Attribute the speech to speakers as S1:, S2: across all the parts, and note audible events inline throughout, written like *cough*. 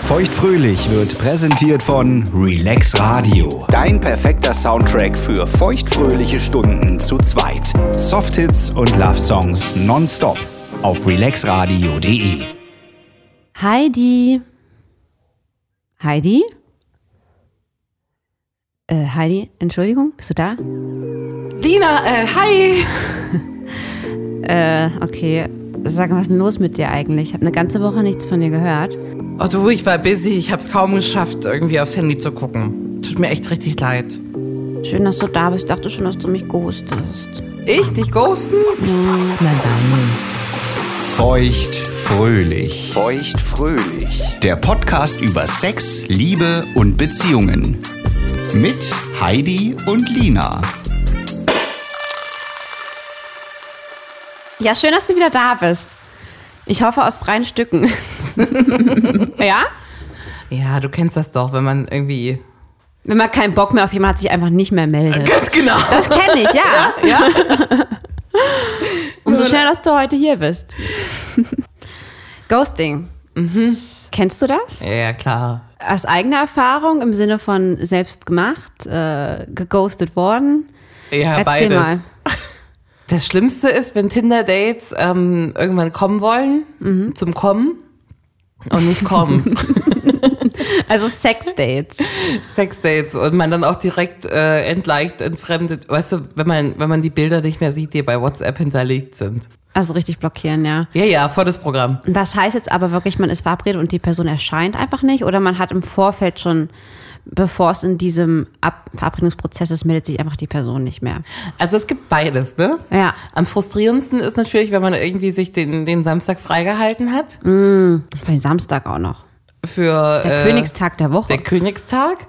S1: Feuchtfröhlich wird präsentiert von Relax Radio. Dein perfekter Soundtrack für feuchtfröhliche Stunden zu zweit. Softhits und Love Songs nonstop auf relaxradio.de.
S2: Heidi. Heidi? Äh, Heidi, Entschuldigung, bist du da?
S3: Lina, äh, hi!
S2: *laughs* Äh, okay. Sag mal, was ist denn los mit dir eigentlich? Ich habe eine ganze Woche nichts von dir gehört.
S3: Oh du, ich war busy. Ich hab's kaum geschafft, irgendwie aufs Handy zu gucken. Tut mir echt richtig leid.
S2: Schön, dass du da bist. Ich dachte schon, dass du mich ghostest.
S3: Ich? Dich ghosten? Nein, dann.
S1: Feuchtfröhlich. Feuchtfröhlich. Der Podcast über Sex, Liebe und Beziehungen. Mit Heidi und Lina.
S2: Ja, schön, dass du wieder da bist. Ich hoffe aus freien Stücken. *laughs* ja?
S3: Ja, du kennst das doch, wenn man irgendwie.
S2: Wenn man keinen Bock mehr auf jemanden hat, sich einfach nicht mehr meldet.
S3: Ganz genau.
S2: Das kenne ich, ja. *laughs* Umso schneller, dass du heute hier bist. *laughs* Ghosting. Mhm. Kennst du das?
S3: Ja, klar.
S2: Aus eigener Erfahrung im Sinne von selbst gemacht, äh, geghostet worden?
S3: Ja,
S2: Erzähl
S3: beides.
S2: mal.
S3: Das Schlimmste ist, wenn Tinder-Dates ähm, irgendwann kommen wollen,
S2: Mhm.
S3: zum Kommen und
S2: *laughs*
S3: nicht kommen.
S2: Also Sexdates.
S3: Sexdates und man dann auch direkt äh, entliked, entfremdet. Weißt du, wenn man, wenn man die Bilder nicht mehr sieht, die bei WhatsApp hinterlegt sind.
S2: Also richtig blockieren, ja.
S3: Ja, ja, volles Programm.
S2: Das heißt jetzt aber wirklich, man ist verabredet und die Person erscheint einfach nicht oder man hat im Vorfeld schon, bevor es in diesem Ab Verabredungsprozess ist, meldet sich einfach die Person nicht mehr.
S3: Also es gibt beides, ne?
S2: Ja.
S3: Am frustrierendsten ist natürlich, wenn man irgendwie sich den, den Samstag freigehalten hat
S2: Bei Samstag auch noch.
S3: für
S2: Der
S3: äh,
S2: Königstag der Woche.
S3: der Königstag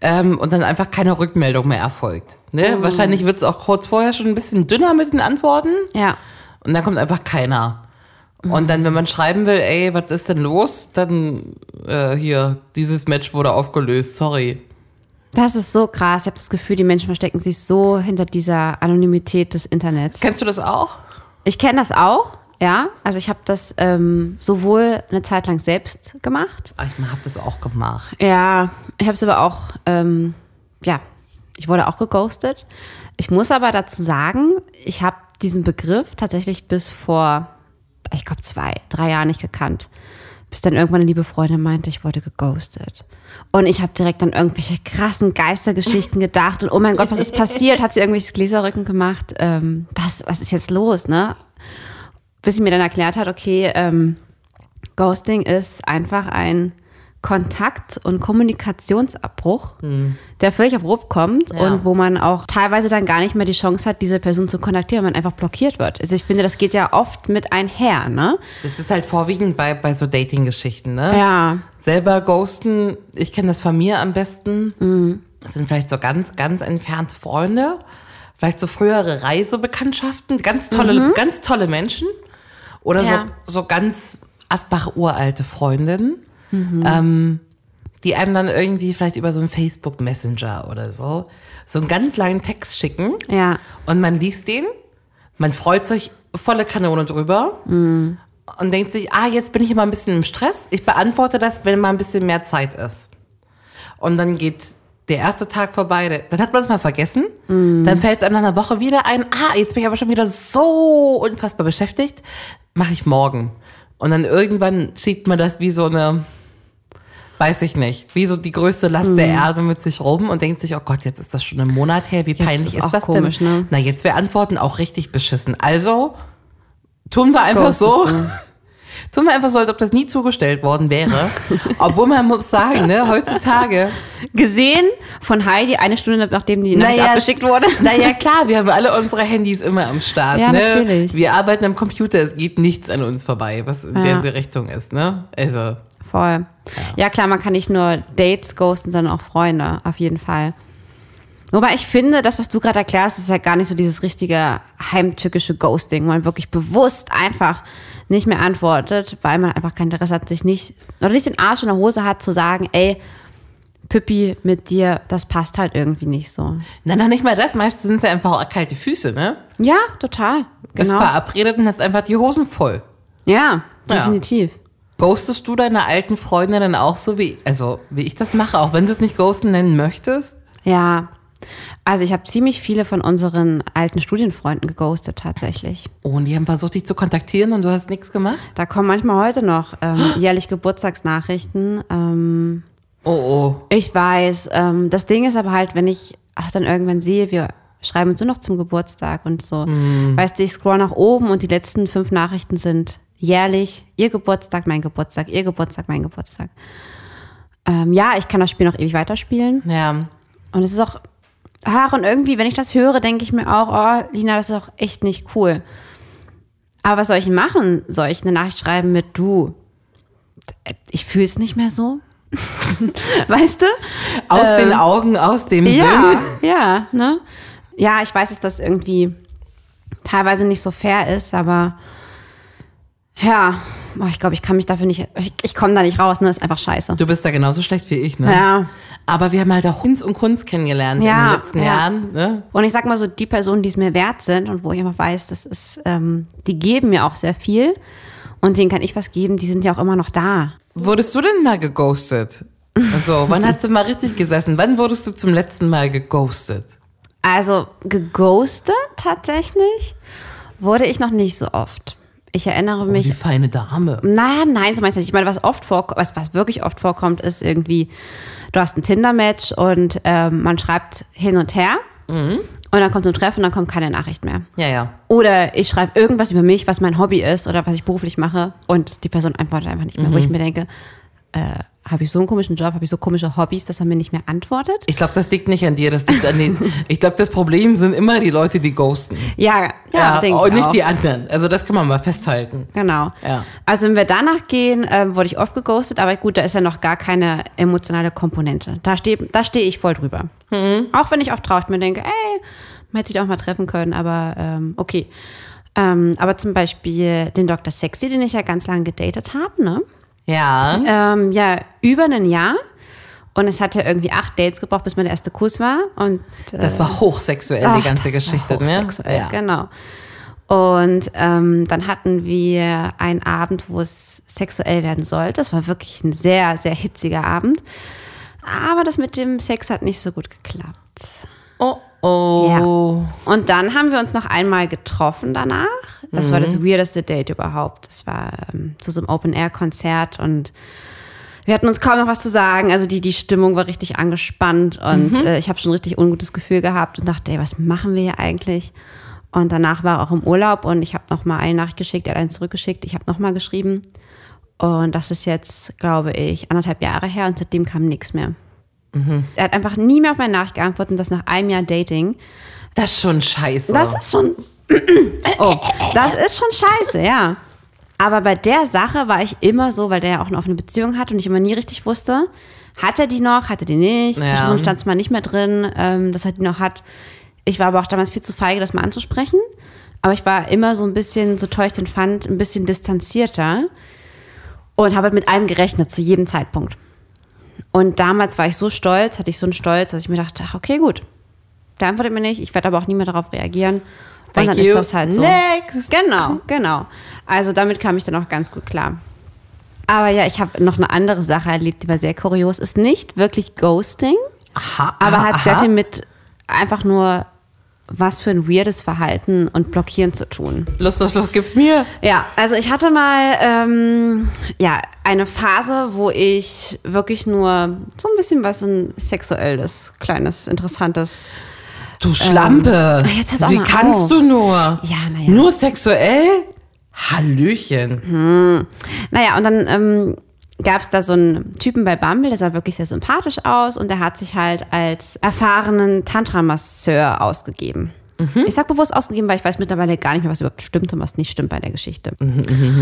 S3: ähm, und dann einfach keine Rückmeldung mehr erfolgt. Ne? Wahrscheinlich wird es auch kurz vorher schon ein bisschen dünner mit den Antworten
S2: ja.
S3: und dann kommt einfach keiner. Und dann, wenn man schreiben will, ey, was ist denn los? Dann äh, hier, dieses Match wurde aufgelöst, sorry.
S2: Das ist so krass. Ich habe das Gefühl, die Menschen verstecken sich so hinter dieser Anonymität des Internets.
S3: Kennst du das auch?
S2: Ich kenne das auch, ja. Also ich habe das ähm, sowohl eine Zeit lang selbst gemacht.
S3: Ah, Ich habe das auch gemacht.
S2: Ja, ich habe es aber auch, ähm, ja, ich wurde auch geghostet. Ich muss aber dazu sagen, ich habe diesen Begriff tatsächlich bis vor, ich glaube, zwei, drei Jahren nicht gekannt. Bis dann irgendwann eine liebe Freundin meinte, ich wurde geghostet. Und ich habe direkt an irgendwelche krassen Geistergeschichten gedacht und oh mein Gott, was ist passiert? Hat sie irgendwelches Gläserrücken gemacht? Ähm, was, was ist jetzt los, ne? bis sie mir dann erklärt hat, okay, ähm, Ghosting ist einfach ein Kontakt- und Kommunikationsabbruch, der völlig abrupt kommt und wo man auch teilweise dann gar nicht mehr die Chance hat, diese Person zu kontaktieren, weil man einfach blockiert wird. Also ich finde, das geht ja oft mit einher, ne?
S3: Das ist halt vorwiegend bei, bei so Dating-Geschichten, ne?
S2: Ja.
S3: Selber ghosten, ich kenne das von mir am besten. Das sind vielleicht so ganz, ganz entfernte Freunde. Vielleicht so frühere Reisebekanntschaften. Ganz tolle, ganz tolle Menschen. Oder
S2: Ja.
S3: so, so ganz Asbach-uralte Freundinnen. Ähm, die einem dann irgendwie vielleicht über so einen Facebook Messenger oder so, so einen ganz langen Text schicken.
S2: Ja.
S3: Und man liest den, man freut sich volle Kanone drüber und denkt sich, ah, jetzt bin ich immer ein bisschen im Stress. Ich beantworte das, wenn mal ein bisschen mehr Zeit ist. Und dann geht der erste Tag vorbei, der- dann hat man es mal vergessen. Dann fällt es einem nach einer Woche wieder ein, ah, jetzt bin ich aber schon wieder so unfassbar beschäftigt, mache ich morgen. Und dann irgendwann schiebt man das wie so eine, weiß ich nicht, wie so die größte Last
S2: Mhm.
S3: der Erde mit sich rum und denkt sich, oh Gott, jetzt ist das schon ein Monat her, wie peinlich
S2: ist
S3: ist,
S2: auch
S3: das
S2: komisch,
S3: denn?
S2: ne?
S3: Na, jetzt wäre Antworten auch richtig beschissen. Also tun wir einfach so.
S2: Ghostest
S3: Tun wir einfach so, als ob das nie zugestellt worden wäre.
S2: *laughs*
S3: Obwohl man muss sagen, ne, heutzutage.
S2: Gesehen von Heidi eine Stunde nachdem die Nachricht
S3: Naja,
S2: abgeschickt wurde. *laughs*
S3: Naja, klar, wir haben alle unsere Handys immer am Start.
S2: Ja,
S3: ne?
S2: natürlich.
S3: Wir arbeiten am Computer, es geht nichts an uns vorbei, was in
S2: Ja.
S3: der Richtung ist, ne? Also,
S2: Voll. Ja. klar, man kann nicht nur Dates ghosten, sondern auch Freunde, auf jeden Fall. Wobei ich finde, das, was du gerade erklärst, ist ja gar nicht so dieses richtige heimtückische Ghosting, wo man wirklich bewusst einfach nicht mehr antwortet, weil man einfach kein Interesse hat, sich nicht, oder nicht den Arsch in der Hose hat, zu sagen, ey, Pippi, mit dir, das passt halt irgendwie nicht so.
S3: na, noch nicht mal das, meistens sind es ja einfach auch kalte Füße, ne?
S2: Ja, total.
S3: Bist
S2: Genau.
S3: verabredet und hast einfach die Hosen voll.
S2: Ja,
S3: Ja.
S2: definitiv.
S3: Ghostest du deine alten Freunde dann auch so wie, also wie ich das mache, auch wenn du es nicht ghosten nennen möchtest?
S2: Ja. Also ich habe ziemlich viele von unseren alten Studienfreunden geghostet tatsächlich.
S3: Oh, und die haben versucht, dich zu kontaktieren und du hast nichts gemacht?
S2: Da kommen manchmal heute noch ähm, jährlich Geburtstagsnachrichten. Ähm,
S3: Oh, oh.
S2: ich weiß, ähm, das Ding ist aber halt, wenn ich auch dann irgendwann sehe, wir schreiben uns nur noch zum Geburtstag und so. Weißt du, ich scroll nach oben und die letzten fünf Nachrichten sind jährlich ihr Geburtstag, mein Geburtstag, ihr Geburtstag, mein Geburtstag. Ähm, ja, ich kann das Spiel noch ewig weiterspielen.
S3: Ja.
S2: Und es ist auch, ach, und irgendwie, wenn ich das höre, denke ich mir auch, oh, Lina, das ist auch echt nicht cool. Aber was soll ich denn machen? Soll ich eine Nachricht schreiben mit du? Ich fühle es nicht mehr so. *laughs* weißt du?
S3: Aus den Augen, aus dem Sinn.
S2: Ähm, Ja, ja, ne? Ja, ich weiß, dass das irgendwie teilweise nicht so fair ist, aber ja, oh, ich glaube, ich kann mich dafür nicht, ich, ich komme da nicht raus, ne? Ist einfach scheiße.
S3: Du bist da genauso schlecht wie ich, ne?
S2: Ja.
S3: Aber wir haben halt auch Kunst und Kunst kennengelernt in
S2: Ja,
S3: den letzten
S2: ja.
S3: Jahren, ne?
S2: Und ich sag mal so, die Personen, die es mir wert sind und wo ich immer weiß, das ist, ähm, die geben mir auch sehr viel und denen kann ich was geben, die sind ja auch immer noch da.
S3: Wurdest du denn mal geghostet? So, wann hat's denn mal richtig gesessen? Wann wurdest du zum letzten Mal geghostet?
S2: Also geghostet tatsächlich wurde ich noch nicht so oft. Ich erinnere
S3: Oh,
S2: mich
S3: die feine Dame.
S2: Na, nein, so meinst du nicht. Ich meine, was oft vorkommt, was, was wirklich oft vorkommt, ist irgendwie, du hast ein Tinder-Match und ähm, man schreibt hin und her und dann kommt so ein Treffen und dann kommt keine Nachricht mehr.
S3: Ja, ja.
S2: Oder ich schreibe irgendwas über mich, was mein Hobby ist oder was ich beruflich mache und die Person antwortet einfach nicht mehr, wo ich
S3: Mhm.
S2: mir denke, äh, habe ich so einen komischen Job, habe ich so komische Hobbys, dass er mir nicht mehr antwortet?
S3: Ich glaube, das liegt nicht an dir, das liegt an den.
S2: *laughs*
S3: Ich glaube, das Problem sind immer die Leute, die ghosten.
S2: Ja, ja, denke ich
S3: und oh, nicht
S2: auch.
S3: die anderen. Also das kann man mal festhalten.
S2: Genau.
S3: Ja.
S2: Also wenn wir danach gehen, ähm, wurde ich oft geghostet, aber gut, da ist ja noch gar keine emotionale Komponente. Da stehe da steh ich voll drüber.
S3: Mhm.
S2: Auch wenn ich oft traut mir denke, ey, man hätte sich doch mal treffen können, aber ähm, okay. Ähm, aber zum Beispiel den Dr. Sexy, den ich ja ganz lange gedatet habe, ne?
S3: Ja.
S2: Ähm, ja, über ein Jahr. Und es hat ja irgendwie acht Dates gebraucht, bis mein erster Kuss war. Und äh,
S3: Das war hochsexuell, die
S2: Ach, das
S3: ganze
S2: war
S3: Geschichte, ne?
S2: hochsexuell,
S3: Ja.
S2: Genau. Und ähm, dann hatten wir einen Abend, wo es sexuell werden sollte. Es war wirklich ein sehr, sehr hitziger Abend. Aber das mit dem Sex hat nicht so gut geklappt.
S3: Oh, oh.
S2: Und dann haben wir uns noch einmal getroffen danach. Das war
S3: Mhm.
S2: das weirdeste Date überhaupt. Das war ähm, zu so einem Open-Air-Konzert und wir hatten uns kaum noch was zu sagen. Also die, die Stimmung war richtig angespannt und
S3: Mhm.
S2: äh, ich habe schon richtig ungutes Gefühl gehabt und dachte, ey, was machen wir hier eigentlich? Und danach war er auch im Urlaub und ich habe noch mal eine Nachricht geschickt, er hat einen zurückgeschickt, ich habe noch mal geschrieben. Und das ist jetzt, glaube ich, anderthalb Jahre her und seitdem kam nichts mehr. Er hat einfach nie mehr auf meine Nachricht geantwortet und das nach einem Jahr Dating.
S3: Das ist schon scheiße.
S2: Das ist schon. Oh, das ist schon scheiße, ja. Aber bei der Sache war ich immer so, weil der ja auch eine offene Beziehung hat und ich immer nie richtig wusste, hat er die noch, hat er die nicht.
S3: Ja.
S2: Zwischendrin stand es mal nicht mehr drin, ähm, dass er die noch hat. Ich war aber auch damals viel zu feige, das mal anzusprechen. Aber ich war immer so ein bisschen, so toll ich den fand, ein bisschen distanzierter und habe halt mit allem gerechnet, zu jedem Zeitpunkt. Und damals war ich so stolz, hatte ich so einen Stolz, dass ich mir dachte, ach, okay, gut, der antwortet mir nicht, ich werde aber auch nie mehr darauf reagieren. Und
S3: Thank
S2: dann
S3: you.
S2: ist das halt so.
S3: Next.
S2: Genau, genau. Also damit kam ich dann auch ganz gut klar. Aber ja, ich habe noch eine andere Sache erlebt, die war sehr kurios. Ist nicht wirklich Ghosting,
S3: Aha,
S2: aber
S3: aha,
S2: hat sehr
S3: Ah, aha.
S2: viel mit einfach nur was für ein weirdes Verhalten und Blockieren zu tun.
S3: Lust, Lust, Lust, gib's mir.
S2: Ja, also ich hatte mal ähm, ja eine Phase, wo ich wirklich nur so ein bisschen was so ein sexuelles, kleines, interessantes
S3: Du Schlampe.
S2: Ähm, jetzt hör's auch
S3: Wie
S2: mal
S3: kannst
S2: auf.
S3: du nur?
S2: Ja, na ja. Hm,
S3: Nur sexuell? Hallöchen.
S2: Naja, und dann ähm, gab es da so einen Typen bei Bumble, der sah wirklich sehr sympathisch aus und der hat sich halt als erfahrenen Tantra-Masseur ausgegeben. Ich sag bewusst ausgegeben, weil ich weiß mittlerweile gar nicht mehr, was überhaupt stimmt und was nicht stimmt bei der Geschichte. Und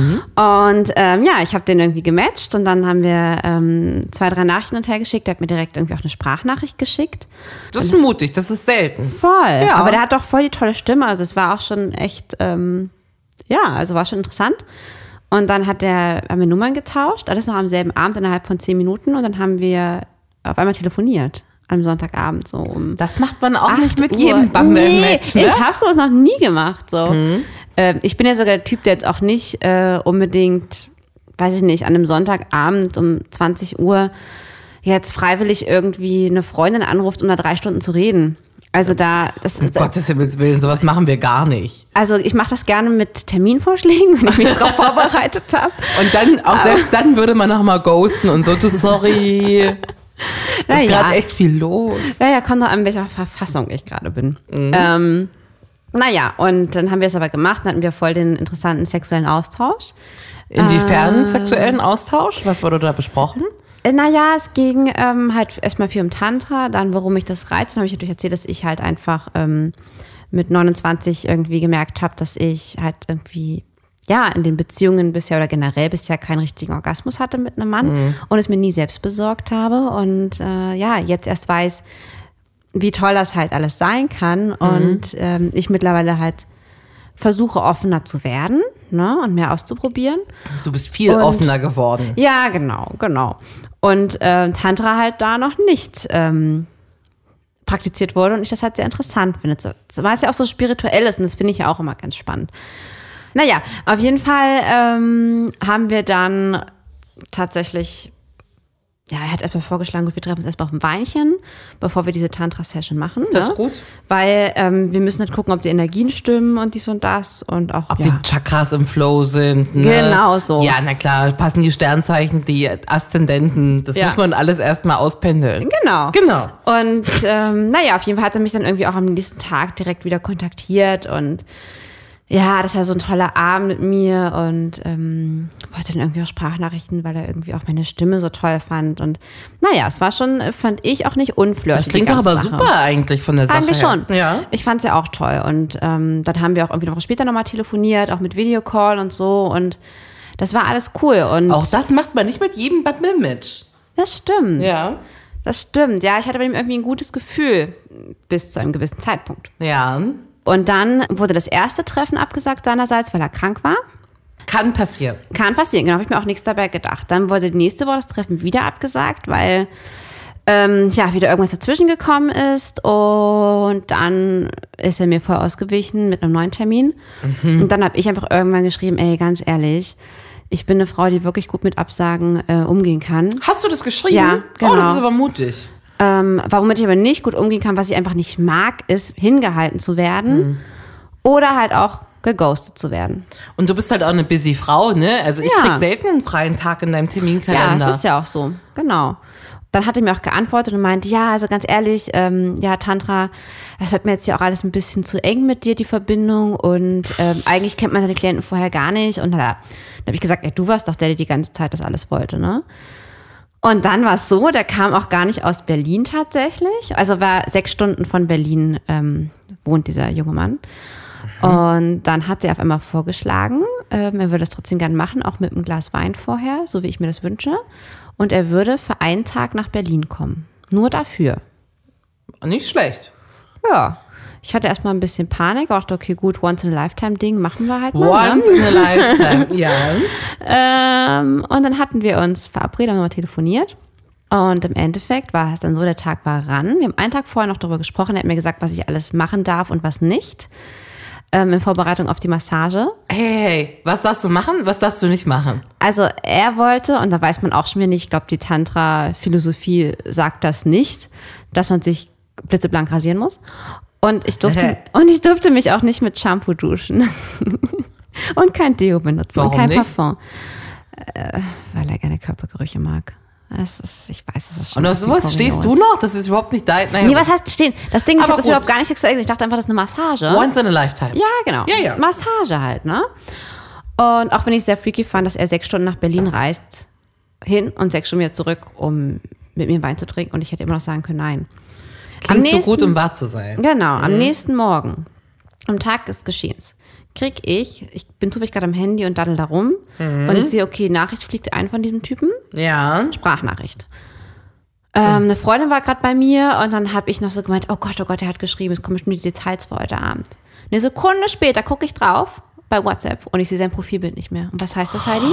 S2: ähm, ja, ich habe den irgendwie gematcht und dann haben wir ähm, zwei, drei Nachrichten hin und her geschickt. Der hat mir direkt irgendwie auch eine Sprachnachricht geschickt.
S3: Das ist mutig, das ist selten.
S2: Voll.
S3: Ja.
S2: Aber der hat doch voll die tolle Stimme. Also es war auch schon echt, ähm, ja, also war schon interessant. Und dann hat der, haben wir Nummern getauscht, alles noch am selben Abend innerhalb von zehn Minuten. Und dann haben wir auf einmal telefoniert am Sonntagabend so um.
S3: Das macht man auch nicht mit
S2: Uhr.
S3: jedem Bumble-Match,
S2: nee,
S3: ne? Hm.
S2: Ich habe sowas noch nie gemacht. So. Ähm, ich bin ja sogar der Typ, der jetzt auch nicht äh, unbedingt weiß ich nicht, an einem Sonntagabend um 20 Uhr jetzt freiwillig irgendwie eine Freundin anruft, um da drei Stunden zu reden. Also da, das
S3: Um
S2: ist,
S3: Gottes Himmels Willen, sowas machen wir gar nicht.
S2: also ich mache das gerne mit Terminvorschlägen, *laughs* wenn ich mich
S3: *laughs*
S2: darauf vorbereitet habe.
S3: Und dann, auch selbst dann würde man nochmal ghosten und so,
S2: *laughs*
S3: du sorry. Ist
S2: Naja,
S3: gerade echt viel los.
S2: naja, kommt doch an, in welcher Verfassung ich gerade bin.
S3: Mhm.
S2: Ähm, naja, und dann haben wir es aber gemacht, dann hatten wir voll den interessanten sexuellen Austausch. Ähm.
S3: Inwiefern sexuellen Austausch? Was wurde da besprochen?
S2: Äh, Naja, es ging ähm, halt erstmal viel um Tantra, dann warum mich das reizt. Dann habe ich natürlich erzählt, dass ich halt einfach ähm, mit 29 irgendwie gemerkt habe, dass ich halt irgendwie ja in den Beziehungen bisher oder generell bisher keinen richtigen Orgasmus hatte mit einem Mann und es mir nie selbst besorgt habe und äh, ja jetzt erst weiß, wie toll das halt alles sein kann und ähm, ich mittlerweile halt versuche offener zu werden ne, und mehr auszuprobieren.
S3: Du bist viel
S2: Und-
S3: offener geworden.
S2: Ja, genau, genau. Und äh, Tantra halt da noch nicht ähm, praktiziert wurde und ich das halt sehr interessant finde. So- Zumal es ja auch so spirituell ist und das finde ich ja auch immer ganz spannend. Naja, auf jeden Fall ähm, haben wir dann tatsächlich, ja, er hat erstmal vorgeschlagen, gut, wir treffen uns erstmal auf ein Weinchen, bevor wir diese Tantra-Session machen.
S3: Das
S2: ne?
S3: ist gut.
S2: Weil ähm, wir müssen halt gucken, ob die Energien stimmen und dies und das und auch
S3: Ob
S2: ja.
S3: die Chakras im Flow sind. Ne?
S2: Genau so.
S3: Ja, na klar, passen die Sternzeichen, die Aszendenten. Das
S2: Ja.
S3: muss man alles erstmal auspendeln.
S2: Genau.
S3: Genau.
S2: Und ähm, naja, auf jeden Fall hat er mich dann irgendwie auch am nächsten Tag direkt wieder kontaktiert und ja, das war so ein toller Abend mit mir und ähm, wollte dann irgendwie auch Sprachnachrichten, weil er irgendwie auch meine Stimme so toll fand. Und naja, es war schon, äh, fand ich auch nicht unflirtig.
S3: Das klingt doch aber super eigentlich von der Sache.
S2: Eigentlich
S3: her.
S2: schon.
S3: Ja.
S2: Ich fand's ja auch toll. Und ähm, dann haben wir auch irgendwie eine Woche später nochmal telefoniert, auch mit Videocall und so. Und das war alles cool. Und
S3: Auch das macht man nicht mit jedem Bad Mimmitsch.
S2: das stimmt.
S3: Ja.
S2: Das stimmt. Ja, ich hatte bei ihm irgendwie ein gutes Gefühl bis zu einem gewissen Zeitpunkt.
S3: Ja.
S2: Und dann wurde das erste Treffen abgesagt seinerseits, weil er krank war.
S3: Kann passieren.
S2: Kann passieren, genau, habe ich mir auch nichts dabei gedacht. Dann wurde die nächste Woche das Treffen wieder abgesagt, weil ähm, ja, wieder irgendwas dazwischen gekommen ist. Und dann ist er mir voll ausgewichen mit einem neuen Termin. Und dann habe ich einfach irgendwann geschrieben, ey, ganz ehrlich, ich bin eine Frau, die wirklich gut mit Absagen äh, umgehen kann.
S3: Hast du das geschrieben?
S2: Ja,
S3: Oh, das
S2: genau.
S3: ist aber mutig.
S2: Ähm, womit ich aber nicht gut umgehen kann, was ich einfach nicht mag, ist hingehalten zu werden oder halt auch geghostet zu werden.
S3: Und du bist halt auch eine busy Frau, ne? Also ich
S2: Ja.
S3: krieg selten einen freien Tag in deinem
S2: Ja,
S3: Terminkalender.
S2: es ist ja auch so, genau. Dann hat er mir auch geantwortet und meinte, ja, also ganz ehrlich, ähm, ja, Tantra, das wird mir jetzt ja auch alles ein bisschen zu eng mit dir, die Verbindung. Und ähm, eigentlich kennt man seine Klienten vorher gar nicht. Und da, dann habe ich gesagt, ey, du warst doch der, der die ganze Zeit das alles wollte, ne? Und dann war es so, der kam auch gar nicht aus Berlin tatsächlich. Also war sechs Stunden von Berlin ähm, wohnt dieser junge Mann.
S3: Mhm.
S2: Und dann hat er auf einmal vorgeschlagen, ähm, er würde es trotzdem gern machen, auch mit einem Glas Wein vorher, so wie ich mir das wünsche. Und er würde für einen Tag nach Berlin kommen. Nur dafür.
S3: Nicht schlecht.
S2: Ja. Ich hatte erstmal ein bisschen Panik, auch dachte, okay, gut, Once-in-a-Lifetime-Ding machen wir halt mal.
S3: Once
S2: Ne? *laughs*
S3: in a lifetime. ja.
S2: Ähm, und dann hatten wir uns verabredet, haben nochmal telefoniert. Und im Endeffekt war es dann so, der Tag war ran. Wir haben einen Tag vorher noch darüber gesprochen, er hat mir gesagt, was ich alles machen darf und was nicht. Ähm, in Vorbereitung auf die Massage.
S3: Hey, hey, was darfst du machen? Was darfst du nicht machen?
S2: Also er wollte, und da weiß man auch schon wieder nicht, ich glaube, die Tantra-Philosophie sagt das nicht, dass man sich blitzeblank rasieren muss. Und ich durfte, und ich durfte mich auch nicht mit Shampoo duschen. *laughs* und kein Deo benutzen
S3: Warum
S2: und kein
S3: nicht?
S2: Parfum. Äh, weil er gerne Körpergerüche mag. Es ist, ich weiß, es ist schon.
S3: Und
S2: ein
S3: auf
S2: bisschen
S3: sowas stehst du
S2: kurios.
S3: noch? Das ist überhaupt nicht dein. Naja,
S2: Nee, was heißt stehen? Das Ding ist, ich
S3: Aber
S2: hab das
S3: gut.
S2: überhaupt gar nicht sexuell gesehen. Ich dachte einfach, das ist eine Massage.
S3: Once in a lifetime.
S2: Ja, genau.
S3: Ja, ja.
S2: Massage halt, ne? Und auch wenn ich es sehr freaky fand, dass er sechs Stunden nach Berlin reist, hin und sechs Stunden wieder zurück, um mit mir Wein zu trinken. Und ich hätte immer noch sagen können, nein.
S3: Klingt
S2: Am
S3: so gut, Mhm. um wahr zu sein.
S2: Genau, am nächsten Morgen, am Tag des Geschehens, krieg ich, ich bin zufällig gerade am Handy und daddel da rum.
S3: Mhm.
S2: Und ich sehe, okay, Nachricht fliegt ein von diesem Typen.
S3: Ja.
S2: Sprachnachricht.
S3: Hm.
S2: Ähm, eine Freundin war gerade bei mir und dann habe ich noch so gemeint, oh Gott, oh Gott, er hat geschrieben, es kommen bestimmt die Details für heute Abend. Eine Sekunde später gucke ich drauf bei WhatsApp und ich sehe sein Profilbild nicht mehr. Und was heißt das, Heidi?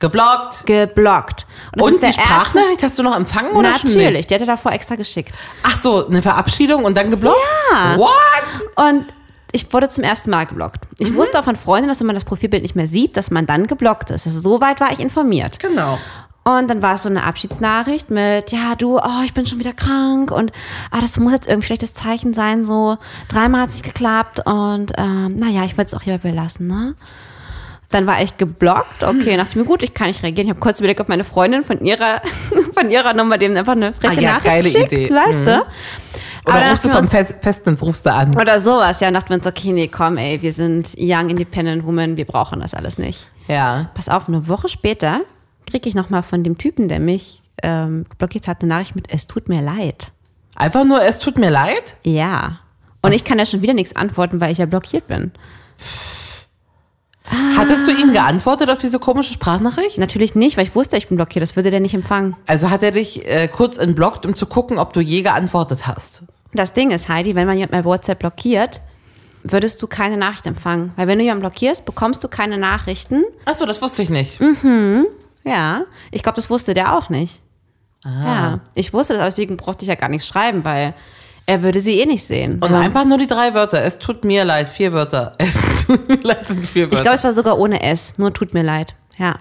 S3: Geblockt.
S2: Geblockt. das
S3: Und die
S2: erste-
S3: Sprachnachricht hast du noch empfangen oder schon
S2: Natürlich,
S3: nicht?
S2: die hat er davor extra geschickt.
S3: Ach so, eine Verabschiedung und dann geblockt?
S2: Ja.
S3: What?
S2: Und ich wurde zum ersten Mal geblockt. Ich
S3: Mhm.
S2: wusste auch von Freundinnen, dass wenn man das Profilbild nicht mehr sieht, dass man dann geblockt ist. Also so weit war ich informiert.
S3: Genau.
S2: Und dann war es so eine Abschiedsnachricht mit, ja, du, oh, ich bin schon wieder krank und ah, das muss jetzt irgendwie schlechtes Zeichen sein, so dreimal hat es nicht geklappt und ähm, naja, ich wollte es auch hier belassen, ne? Dann war ich geblockt,
S3: Hm.
S2: okay, dachte ich mir, gut, ich kann nicht reagieren. Ich habe kurz überlegt, ob meine Freundin von ihrer, *laughs* von ihrer Nummer dem einfach eine freche
S3: Ah ja,
S2: Nachricht
S3: geile
S2: schickt,
S3: Idee. Mhm.
S2: weißt du? Aber
S3: Oder
S2: dann
S3: rufst du
S2: dachten wir
S3: vom
S2: uns-
S3: Fest, Festnetz rufst du an.
S2: Oder sowas, ja, und dachten wir uns, okay, nee, komm ey, wir sind young, independent women, wir brauchen das alles nicht.
S3: Ja.
S2: Pass auf, eine Woche später kriege ich nochmal von dem Typen, der mich ähm, blockiert hat, eine Nachricht mit, es tut mir leid.
S3: Einfach nur, es tut mir leid.
S2: Ja. Und ich kann ja schon wieder nichts antworten, weil ich ja blockiert bin.
S3: Hattest du ihm geantwortet auf diese komische Sprachnachricht?
S2: Natürlich nicht, weil ich wusste, ich bin blockiert. Das würde der nicht empfangen.
S3: Also hat er dich äh, kurz entblockt, um zu gucken, ob du je geantwortet hast.
S2: Das Ding ist, Heidi, wenn man jemand bei WhatsApp blockiert, würdest du keine Nachricht empfangen. Weil wenn du jemanden blockierst, bekommst du keine Nachrichten.
S3: Achso, das wusste ich nicht.
S2: Ja. Ich glaube, das wusste der auch nicht. Ja. Ich wusste das, aber deswegen brauchte ich ja gar nichts schreiben, weil er würde sie eh nicht sehen.
S3: Und
S2: Ja.
S3: einfach nur die drei Wörter. Es tut mir leid. Vier Wörter. *laughs* Es tut mir leid sind vier
S2: Ich glaube,
S3: Wörter.
S2: es war sogar ohne S. Nur tut mir leid. Ja.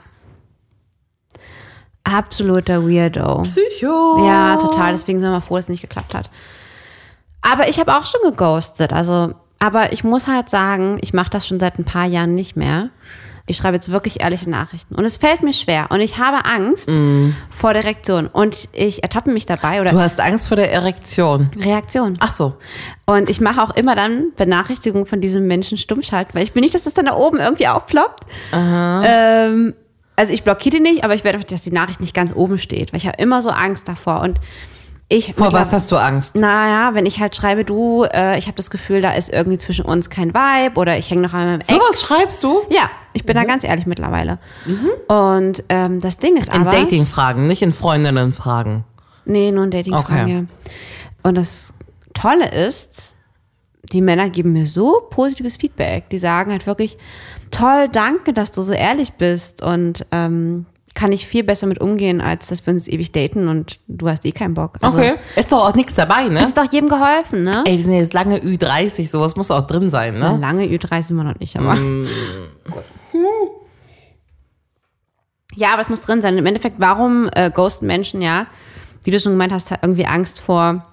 S2: Absoluter Weirdo.
S3: Psycho.
S2: Ja, total. Deswegen sind wir mal froh, dass es nicht geklappt hat. Aber ich habe auch schon geghostet. Also, aber ich muss halt sagen, ich mache das schon seit ein paar Jahren nicht mehr. Ich schreibe jetzt wirklich ehrliche Nachrichten. Und es fällt mir schwer. Und ich habe Angst vor der Reaktion. Und ich ertappe mich dabei
S3: Du
S2: oder
S3: hast Angst vor der Erektion.
S2: Reaktion.
S3: Ach so.
S2: Und ich mache auch immer dann Benachrichtigungen von diesem Menschen stumm schalten, weil ich will nicht, dass das dann da oben irgendwie aufploppt. Ähm, also ich blockiere die nicht, aber ich werde, dass die Nachricht nicht ganz oben steht, weil ich habe immer so Angst davor. Und ich
S3: Vor was hast du Angst?
S2: Naja, wenn ich halt schreibe, du, äh, ich habe das Gefühl, da ist irgendwie zwischen uns kein Vibe oder ich hänge noch an meinem Ex.
S3: Sowas Mhm. schreibst du?
S2: Ja, ich bin da ganz ehrlich mittlerweile. Und ähm, das Ding ist
S3: In
S2: aber...
S3: Dating-Fragen, nicht in Freundinnen-Fragen.
S2: Nee, nur ein dating
S3: Okay.
S2: okay. Und das Tolle ist, die Männer geben mir so positives Feedback. Die sagen halt wirklich, toll, danke, dass du so ehrlich bist und ähm, kann ich viel besser mit umgehen, als dass wir uns ewig daten und du hast eh keinen Bock. Also,
S3: Ist doch auch nichts dabei,
S2: Das
S3: ne?
S2: ist doch jedem geholfen, ne?
S3: Ey, wir sind jetzt lange Ü30, sowas muss auch drin sein,
S2: Na,
S3: ne?
S2: Lange Ü3 sind wir noch nicht, aber.
S3: Mm.
S2: Hm. Ja, aber es muss drin sein. Im Endeffekt, warum äh, ghosten Menschen, ja, wie du schon gemeint hast, hat irgendwie Angst vor,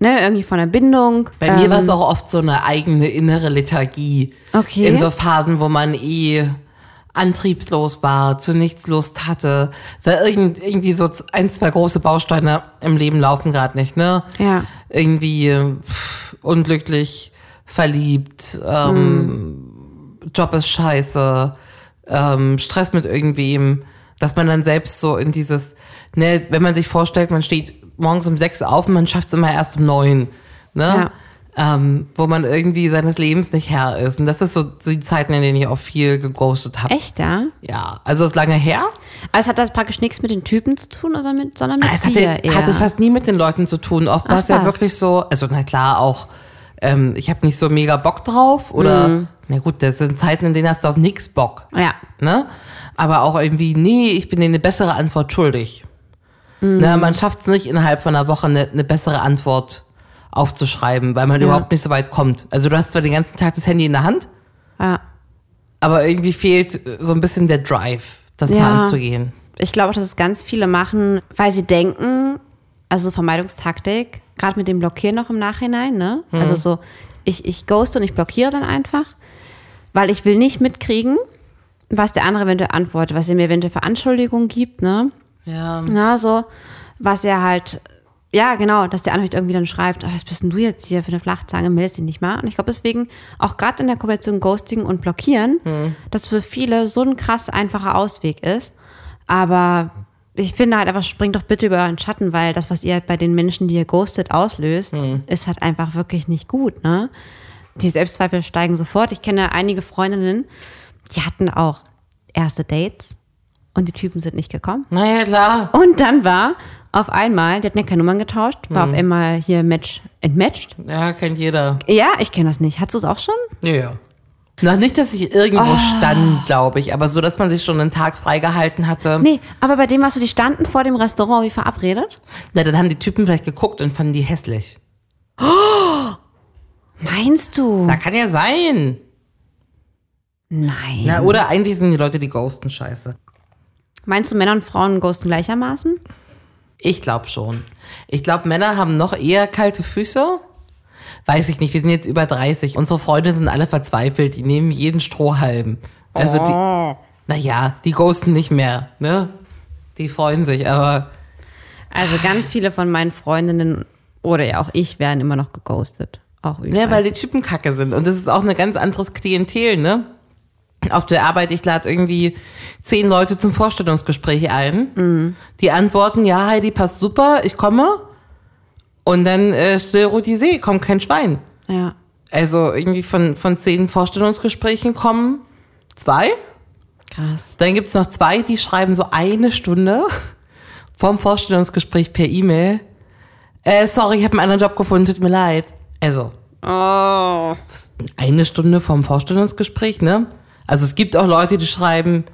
S2: ne, irgendwie vor einer Bindung. Ähm,
S3: Bei mir war es auch oft so eine eigene innere Lethargie.
S2: Okay.
S3: In so Phasen, wo man eh antriebslos war, zu nichts Lust hatte, weil irgend, irgendwie so z- ein, zwei große Bausteine im Leben laufen gerade nicht, ne?
S2: Ja.
S3: Irgendwie äh, pff, unglücklich, verliebt, ähm, Job ist scheiße, ähm, Stress mit irgendwem, dass man dann selbst so in dieses, ne, wenn man sich vorstellt, man steht morgens um sechs auf und man schafft es immer erst um neun, ne? Ähm, wo man irgendwie seines Lebens nicht Herr ist. Und das ist so die Zeiten, in denen ich auch viel geghostet habe.
S2: Echt, ja?
S3: Ja, also ist lange her.
S2: Also es hat das praktisch nichts mit den Typen zu tun, sondern mit, sondern mit
S3: Ah, Es
S2: dir
S3: hatte,
S2: eher.
S3: hatte fast nie mit den Leuten zu tun. Oft war es ja
S2: was.
S3: wirklich so, also na klar auch, ähm, ich habe nicht so mega Bock drauf oder,
S2: Mhm.
S3: na gut, das sind Zeiten, in denen hast du auf nix Bock.
S2: ja.
S3: ne? Aber auch irgendwie, nee, ich bin dir eine bessere Antwort schuldig.
S2: Mhm.
S3: Ne, man schafft es nicht innerhalb von einer Woche ne, eine, eine bessere Antwort aufzuschreiben, weil man überhaupt nicht so weit kommt. Also du hast zwar den ganzen Tag das Handy in der Hand,
S2: ja.
S3: aber irgendwie fehlt äh, so ein bisschen der Drive, das
S2: Ja.
S3: mal anzugehen.
S2: Ich glaube, auch, dass es ganz viele machen, weil sie denken, also Vermeidungstaktik, gerade mit dem Blockieren noch im Nachhinein, ne? Also so, ich, ich ghoste und ich blockiere dann einfach, weil ich will nicht mitkriegen, was der andere eventuell antwortet, was er mir eventuell für Anschuldigungen gibt, ne?
S3: Ja.
S2: Na, so, was er halt, ja, genau, dass der Anwalt irgendwie dann schreibt, oh, was bist denn du jetzt hier für eine Flachzange, meldest dich nicht mal. Und ich glaube deswegen, auch gerade in der Kombination Ghosting und Blockieren, das für viele so ein krass einfacher Ausweg ist. Aber ich finde halt einfach, springt doch bitte über euren Schatten, weil das, was ihr halt bei den Menschen, die ihr ghostet, auslöst, ist halt einfach wirklich nicht gut, ne? Die Selbstzweifel steigen sofort. Ich kenne einige Freundinnen, die hatten auch erste Dates und die Typen sind nicht gekommen.
S3: Naja, klar.
S2: Und dann war auf einmal, die hatten ja keine Nummern getauscht, war
S3: Mhm.
S2: auf einmal hier Match entmatched.
S3: Ja, kennt jeder.
S2: Ja, ich kenne das nicht. Hattest du es auch schon?
S3: Ja. Noch nicht, dass ich irgendwo stand, glaube ich, aber so, dass man sich schon einen Tag freigehalten hatte.
S2: Nee, aber bei dem, was du die standen vor dem Restaurant wie verabredet?
S3: Na, dann haben die Typen vielleicht geguckt und fanden die hässlich.
S2: Meinst du?
S3: Na, kann ja sein.
S2: Nein.
S3: Na, oder eigentlich sind die Leute, die ghosten scheiße.
S2: Meinst du, Männer und Frauen ghosten gleichermaßen?
S3: Ich glaube schon. Ich glaube, Männer haben noch eher kalte Füße. Weiß ich nicht, wir sind jetzt über 30. Unsere Freunde sind alle verzweifelt. Die nehmen jeden Strohhalm. Also die, naja, die ghosten nicht mehr, ne? Die freuen sich, aber
S2: Also ganz viele von meinen Freundinnen oder ja auch ich werden immer noch geghostet. Auch übel.
S3: Ja, Ne, weil die Typen kacke sind. Und das ist auch ein ganz anderes Klientel, ne? Auf der Arbeit, ich lade irgendwie zehn Leute zum Vorstellungsgespräch ein. Die antworten, ja, Heidi, passt super, ich komme. Und dann äh, still ruht die See, kommt kein Schwein.
S2: ja.
S3: Also irgendwie von, von zehn Vorstellungsgesprächen kommen zwei.
S2: Krass.
S3: Dann gibt's noch zwei, die schreiben so eine Stunde *laughs* vom Vorstellungsgespräch per E-Mail. Äh, sorry, ich habe einen anderen Job gefunden, tut mir leid. Also,
S2: Oh.
S3: eine Stunde vom Vorstellungsgespräch, ne? Also es gibt auch Leute, die schreiben,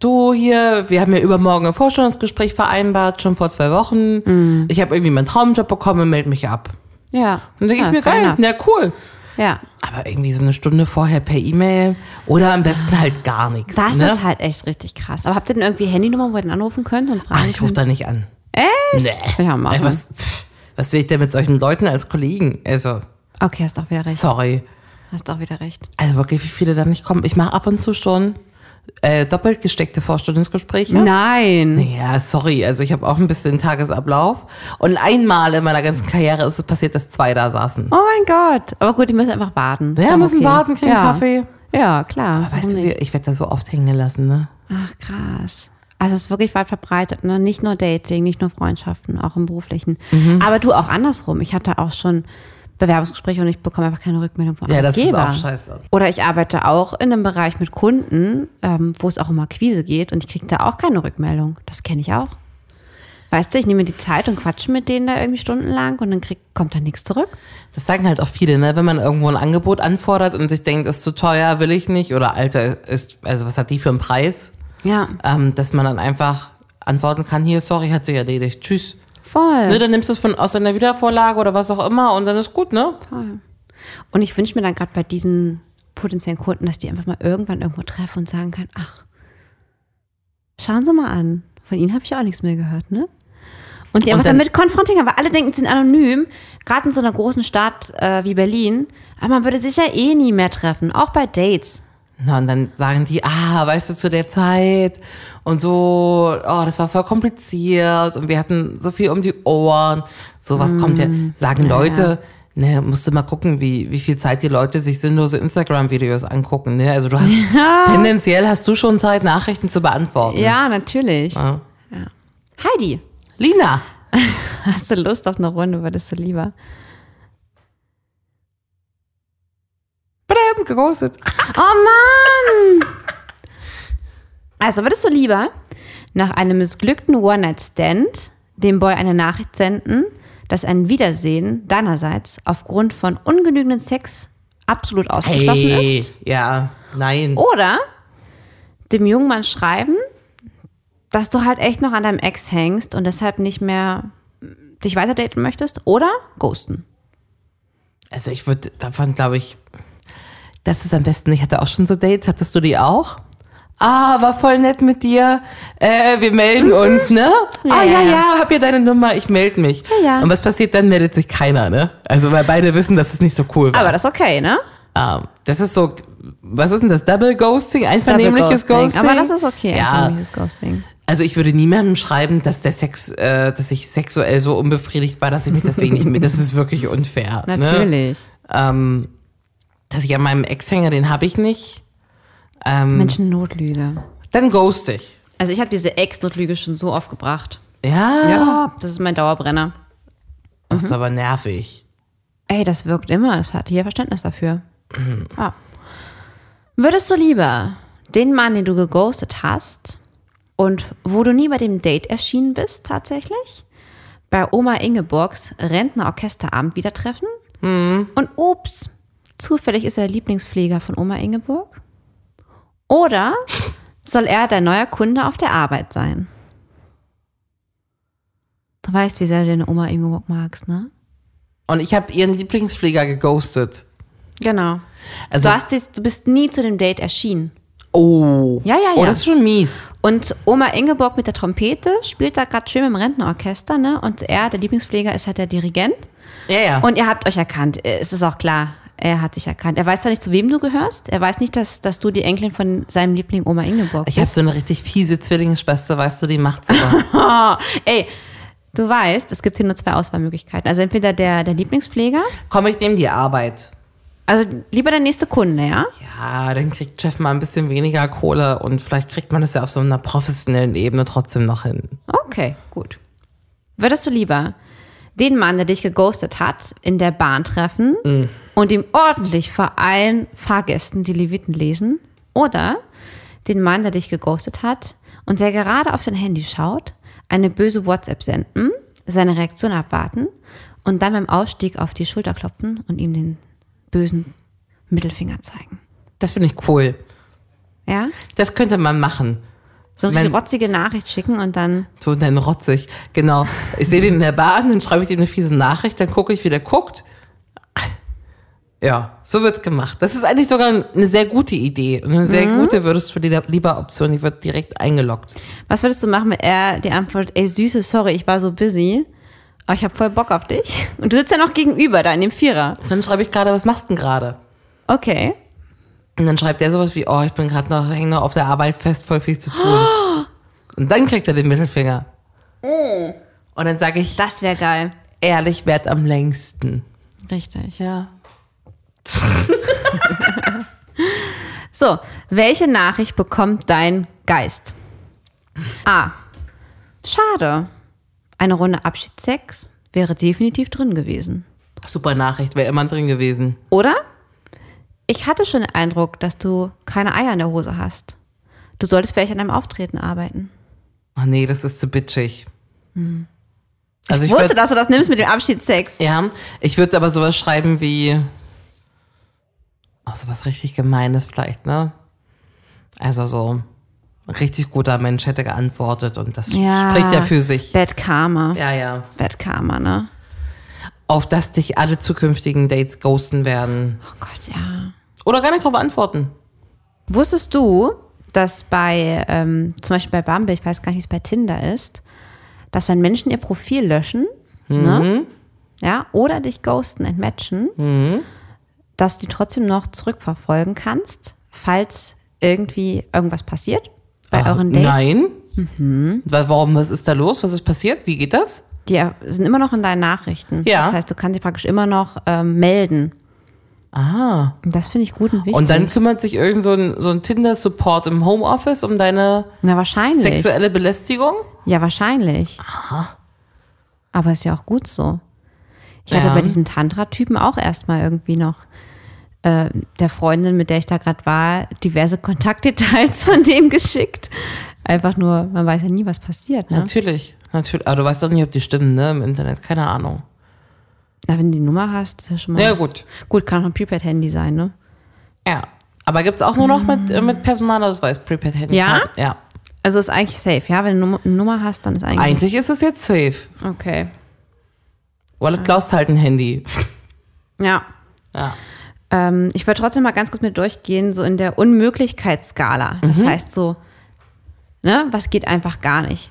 S3: du hier, wir haben ja übermorgen ein Vorstellungsgespräch vereinbart, schon vor zwei Wochen.
S2: Mhm.
S3: Ich habe irgendwie meinen Traumjob bekommen, meld mich ab.
S2: Ja.
S3: Und dann denke
S2: ja,
S3: ich mir,
S2: Ah, fair
S3: geil, ne?
S2: enough.
S3: na cool.
S2: Ja.
S3: Aber irgendwie so eine Stunde vorher per E-Mail oder am besten halt gar nichts.
S2: Das
S3: ne?
S2: ist halt echt richtig krass. Aber habt ihr denn irgendwie Handynummer, wo ihr den anrufen könnt und fragen
S3: Ach, ich rufe
S2: könnt?
S3: da nicht an.
S2: Echt?
S3: Nee.
S2: Ja, machen.
S3: Ey, was, pff, was will ich denn mit solchen Leuten als Kollegen? Also,
S2: Okay, hast auch wieder recht.
S3: sorry.
S2: Hast auch wieder recht.
S3: Also wirklich, wie viele da nicht kommen. Ich mache ab und zu schon äh, doppelt gesteckte Vorstellungsgespräche.
S2: Nein.
S3: Ja, sorry, also ich habe auch ein bisschen Tagesablauf. Und einmal in meiner ganzen Karriere ist es passiert, dass zwei da saßen.
S2: Oh mein Gott. Aber gut, die müssen einfach baden. Ist
S3: Ja,
S2: auch
S3: müssen warten, kriegen
S2: ja.
S3: Kaffee.
S2: Ja, klar.
S3: Aber weißt
S2: Warum
S3: du,
S2: nicht?
S3: wie- ich werde da so oft hängen gelassen, ne?
S2: Ach, krass. Also es ist wirklich weit verbreitet, ne? Nicht nur Dating, nicht nur Freundschaften, auch im beruflichen.
S3: Mhm.
S2: Aber du auch andersrum. Ich hatte auch schon Bewerbungsgespräche und ich bekomme einfach keine Rückmeldung von
S3: Ja, das ist
S2: Arbeitgeber.
S3: auch scheiße.
S2: Oder ich arbeite auch in einem Bereich mit Kunden, ähm, wo es auch um Akquise geht und ich kriege da auch keine Rückmeldung. Das kenne ich auch. Weißt du, ich nehme mir die Zeit und quatsche mit denen da irgendwie stundenlang und dann krieg, kommt da nichts zurück.
S3: Das sagen halt auch viele, ne? Wenn man irgendwo ein Angebot anfordert und sich denkt, ist zu teuer, will ich nicht, oder Alter, ist, also was hat die für einen Preis?
S2: Ja,
S3: Ähm, dass man dann einfach antworten kann, hier, sorry, hat sich erledigt, tschüss.
S2: voll.
S3: Ne, dann nimmst du es von, aus deiner Wiedervorlage oder was auch immer und dann ist gut, ne?
S2: Und ich wünsche mir dann gerade bei diesen potenziellen Kunden, dass ich die einfach mal irgendwann irgendwo treffe und sagen kann, ach, schauen Sie mal an. Von Ihnen habe ich auch nichts mehr gehört, ne? Und die
S3: Und
S2: einfach
S3: dann-
S2: damit konfrontieren, weil alle denken, sie sind anonym, gerade in so einer großen Stadt äh, wie Berlin. Aber man würde sich ja eh nie mehr treffen, auch bei Dates.
S3: Na, und dann sagen die, ah, weißt du, zu der Zeit und so, oh, das war voll kompliziert und wir hatten so viel um die Ohren. Sowas kommt ja. Sagen Leute, ne, musst du mal gucken, wie, wie viel Zeit die Leute sich sinnlose Instagram-Videos angucken, ne? Also du hast, tendenziell hast du schon Zeit, Nachrichten zu beantworten.
S2: Ja, natürlich.
S3: Ja.
S2: Ja. Heidi,
S3: Lina,
S2: hast du Lust auf eine Runde, würdest du lieber?
S3: bläm, geghostet.
S2: Oh Mann! Also würdest du lieber nach einem missglückten One-Night-Stand dem Boy eine Nachricht senden, dass ein Wiedersehen deinerseits aufgrund von ungenügendem Sex absolut ausgeschlossen
S3: Hey,
S2: ist?
S3: ja, nein.
S2: Oder dem jungen Mann schreiben, dass du halt echt noch an deinem Ex hängst und deshalb nicht mehr dich weiter daten möchtest? Oder ghosten?
S3: Also ich würde davon, glaube ich, das ist am besten. Ich hatte auch schon so Dates. Hattest du die auch? Ah, war voll nett mit dir. Äh, wir melden uns, ne? ah, ja,
S2: Mhm. ja,
S3: ja,
S2: ja.
S3: hab ja deine Nummer, ich melde mich.
S2: Ja, ja.
S3: Und was passiert dann? Meldet sich keiner, ne? Also, weil beide wissen, dass es nicht so cool war.
S2: Aber das ist okay, ne?
S3: Ah, das ist so, was ist denn das? Double Ghosting? Einvernehmliches
S2: Double
S3: Ghosting?
S2: Aber das ist okay,
S3: Ja,
S2: einvernehmliches Ghosting.
S3: also ich würde niemandem schreiben, dass der Sex, äh, dass ich sexuell so unbefriedigt war, dass ich mich deswegen nicht mehr, das ist wirklich unfair. Ne?
S2: Natürlich.
S3: ähm, dass ich an meinem Ex hänge, den habe ich nicht. Ähm,
S2: Menschen Notlüge.
S3: dann ghost ich.
S2: Also ich habe diese Ex-Notlüge schon so oft gebracht.
S3: Ja. Mhm.
S2: Das ist mein Dauerbrenner.
S3: Das ist aber nervig.
S2: Ey, das wirkt immer. Das hat hier Verständnis dafür. Ja. Würdest du lieber den Mann, den du geghostet hast und wo du nie bei dem Date erschienen bist tatsächlich, bei Oma Ingeborgs Rentnerorchesterabend wieder treffen? Und ups, zufällig ist er der Lieblingspfleger von Oma Ingeborg? Oder soll er dein neuer Kunde auf der Arbeit sein? Du weißt, wie sehr du deine Oma Ingeborg magst, ne?
S3: Und ich habe ihren Lieblingspfleger geghostet.
S2: Genau.
S3: Also-
S2: du, hast dies, du bist nie zu dem Date erschienen.
S3: Oh.
S2: Ja, ja,
S3: Oh,
S2: ja.
S3: das ist schon mies.
S2: Und Oma Ingeborg mit der Trompete spielt da gerade schön im Rentenorchester, ne? Und er, der Lieblingspfleger, ist halt der Dirigent.
S3: Ja, ja.
S2: Und ihr habt euch erkannt. Es ist auch klar, er hat dich erkannt. Er weiß zwar nicht, zu wem du gehörst. Er weiß nicht, dass, dass du die Enkelin von seinem Liebling Oma Ingeborg
S3: ich habe
S2: bist.
S3: so eine richtig fiese Zwillingsschwester, weißt du, die macht *laughs* sowas.
S2: Ey, du weißt, es gibt hier nur zwei Auswahlmöglichkeiten. Also entweder der, der Lieblingspfleger,
S3: Komm, ich nehme die Arbeit.
S2: also lieber der nächste Kunde, ja?
S3: Ja, dann kriegt Chef mal ein bisschen weniger Kohle und vielleicht kriegt man das ja auf so einer professionellen Ebene trotzdem noch hin.
S2: Okay, gut. Würdest du lieber den Mann, der dich geghostet hat, in der Bahn treffen und ihm ordentlich vor allen Fahrgästen die Leviten lesen? Oder den Mann, der dich geghostet hat und der gerade auf sein Handy schaut, eine böse WhatsApp senden, seine Reaktion abwarten und dann beim Ausstieg auf die Schulter klopfen und ihm den bösen Mittelfinger zeigen?
S3: Das finde ich cool.
S2: Ja?
S3: Das könnte man machen.
S2: So eine
S3: Mein-
S2: richtig rotzige Nachricht schicken und dann.
S3: So, dann rotzig. Genau. Ich sehe den in der Bahn, dann schreibe ich ihm eine fiese Nachricht, dann gucke ich, wie der guckt. Ja, so wird's gemacht. Das ist eigentlich sogar eine sehr gute Idee. Und Eine sehr gute würdest du die lieber Option, die wird direkt eingeloggt.
S2: Was würdest du machen, wenn er die Antwort, ey Süße, sorry, ich war so busy, aber ich habe voll Bock auf dich. *laughs* Und du sitzt ja noch gegenüber da in dem Vierer.
S3: Dann schreibe ich gerade, was machst du denn gerade?
S2: Okay.
S3: Und dann schreibt er sowas wie, oh, ich bin gerade noch hänge noch auf der Arbeit fest, voll viel zu tun. Und dann kriegt er den Mittelfinger. Und dann sage ich,
S2: Das wäre geil.
S3: ehrlich wert am längsten.
S2: Richtig.
S3: Ja.
S2: So, welche Nachricht bekommt dein Geist? A. Schade. Eine Runde Abschiedssex wäre definitiv drin gewesen.
S3: Super Nachricht, wäre immer drin gewesen.
S2: Oder? Ich hatte schon den Eindruck, dass du keine Eier in der Hose hast. Du solltest vielleicht an einem Auftreten arbeiten.
S3: Ach nee, das ist zu bitchig. Also
S2: Hm. Ich
S3: ich,
S2: wusste,
S3: würde
S2: dass du das nimmst mit dem Abschiedssex.
S3: ja, ich würde aber sowas schreiben wie auch sowas richtig gemeines vielleicht, ne? Also so ein richtig guter Mensch hätte geantwortet und das
S2: Ja.
S3: spricht ja für sich.
S2: Bad Karma.
S3: Ja, ja.
S2: Bad Karma, ne?
S3: Auf dass dich alle zukünftigen Dates ghosten werden
S2: Oh Gott, ja.
S3: oder gar nicht drauf antworten.
S2: Wusstest du, dass bei, ähm, zum Beispiel bei Bumble, ich weiß gar nicht, wie es bei Tinder ist, dass wenn Menschen ihr Profil löschen,
S3: Mhm.
S2: ne? Ja, oder dich ghosten, entmatchen, dass du die trotzdem noch zurückverfolgen kannst, falls irgendwie irgendwas passiert bei
S3: Ach,
S2: euren Dates.
S3: Ah,
S2: Mhm.
S3: Nein. Wa- Warum, was ist da los? Was ist passiert? Wie geht das?
S2: Die sind immer noch in deinen Nachrichten.
S3: Ja.
S2: Das heißt, du kannst dich praktisch immer noch ähm, melden.
S3: Ah.
S2: Und das finde ich gut und wichtig.
S3: Und dann kümmert sich irgend so ein, so ein Tinder-Support im Homeoffice um deine
S2: Na, wahrscheinlich.
S3: sexuelle Belästigung?
S2: Ja, wahrscheinlich. Aha. Aber ist ja auch gut so. Ich hatte
S3: Ja.
S2: bei diesem Tantra-Typen auch erstmal irgendwie noch äh, der Freundin, mit der ich da gerade war, diverse *laughs* Kontaktdetails von dem geschickt. Einfach nur, man weiß ja nie, was passiert. Ne?
S3: Natürlich, natürlich. Aber du weißt doch nicht, ob die stimmen, ne? Im Internet, keine Ahnung.
S2: Na, wenn du die Nummer hast, ist ja schon mal.
S3: Ja, gut.
S2: Gut, kann auch ein Prepaid-Handy sein, ne?
S3: Ja. Aber gibt's auch nur noch mit, äh, mit Personalausweis, Prepaid Handy?
S2: Ja?
S3: Ja.
S2: Also ist eigentlich safe, ja? Wenn du Num- eine Nummer hast, dann ist eigentlich.
S3: Eigentlich ist es jetzt safe.
S2: Okay.
S3: Wallet Klaus halt ein Handy.
S2: Ja.
S3: Ja.
S2: Ähm, ich wollte trotzdem mal ganz kurz mit durchgehen, so in der Unmöglichkeitsskala. Das heißt so, ne, was geht einfach gar nicht.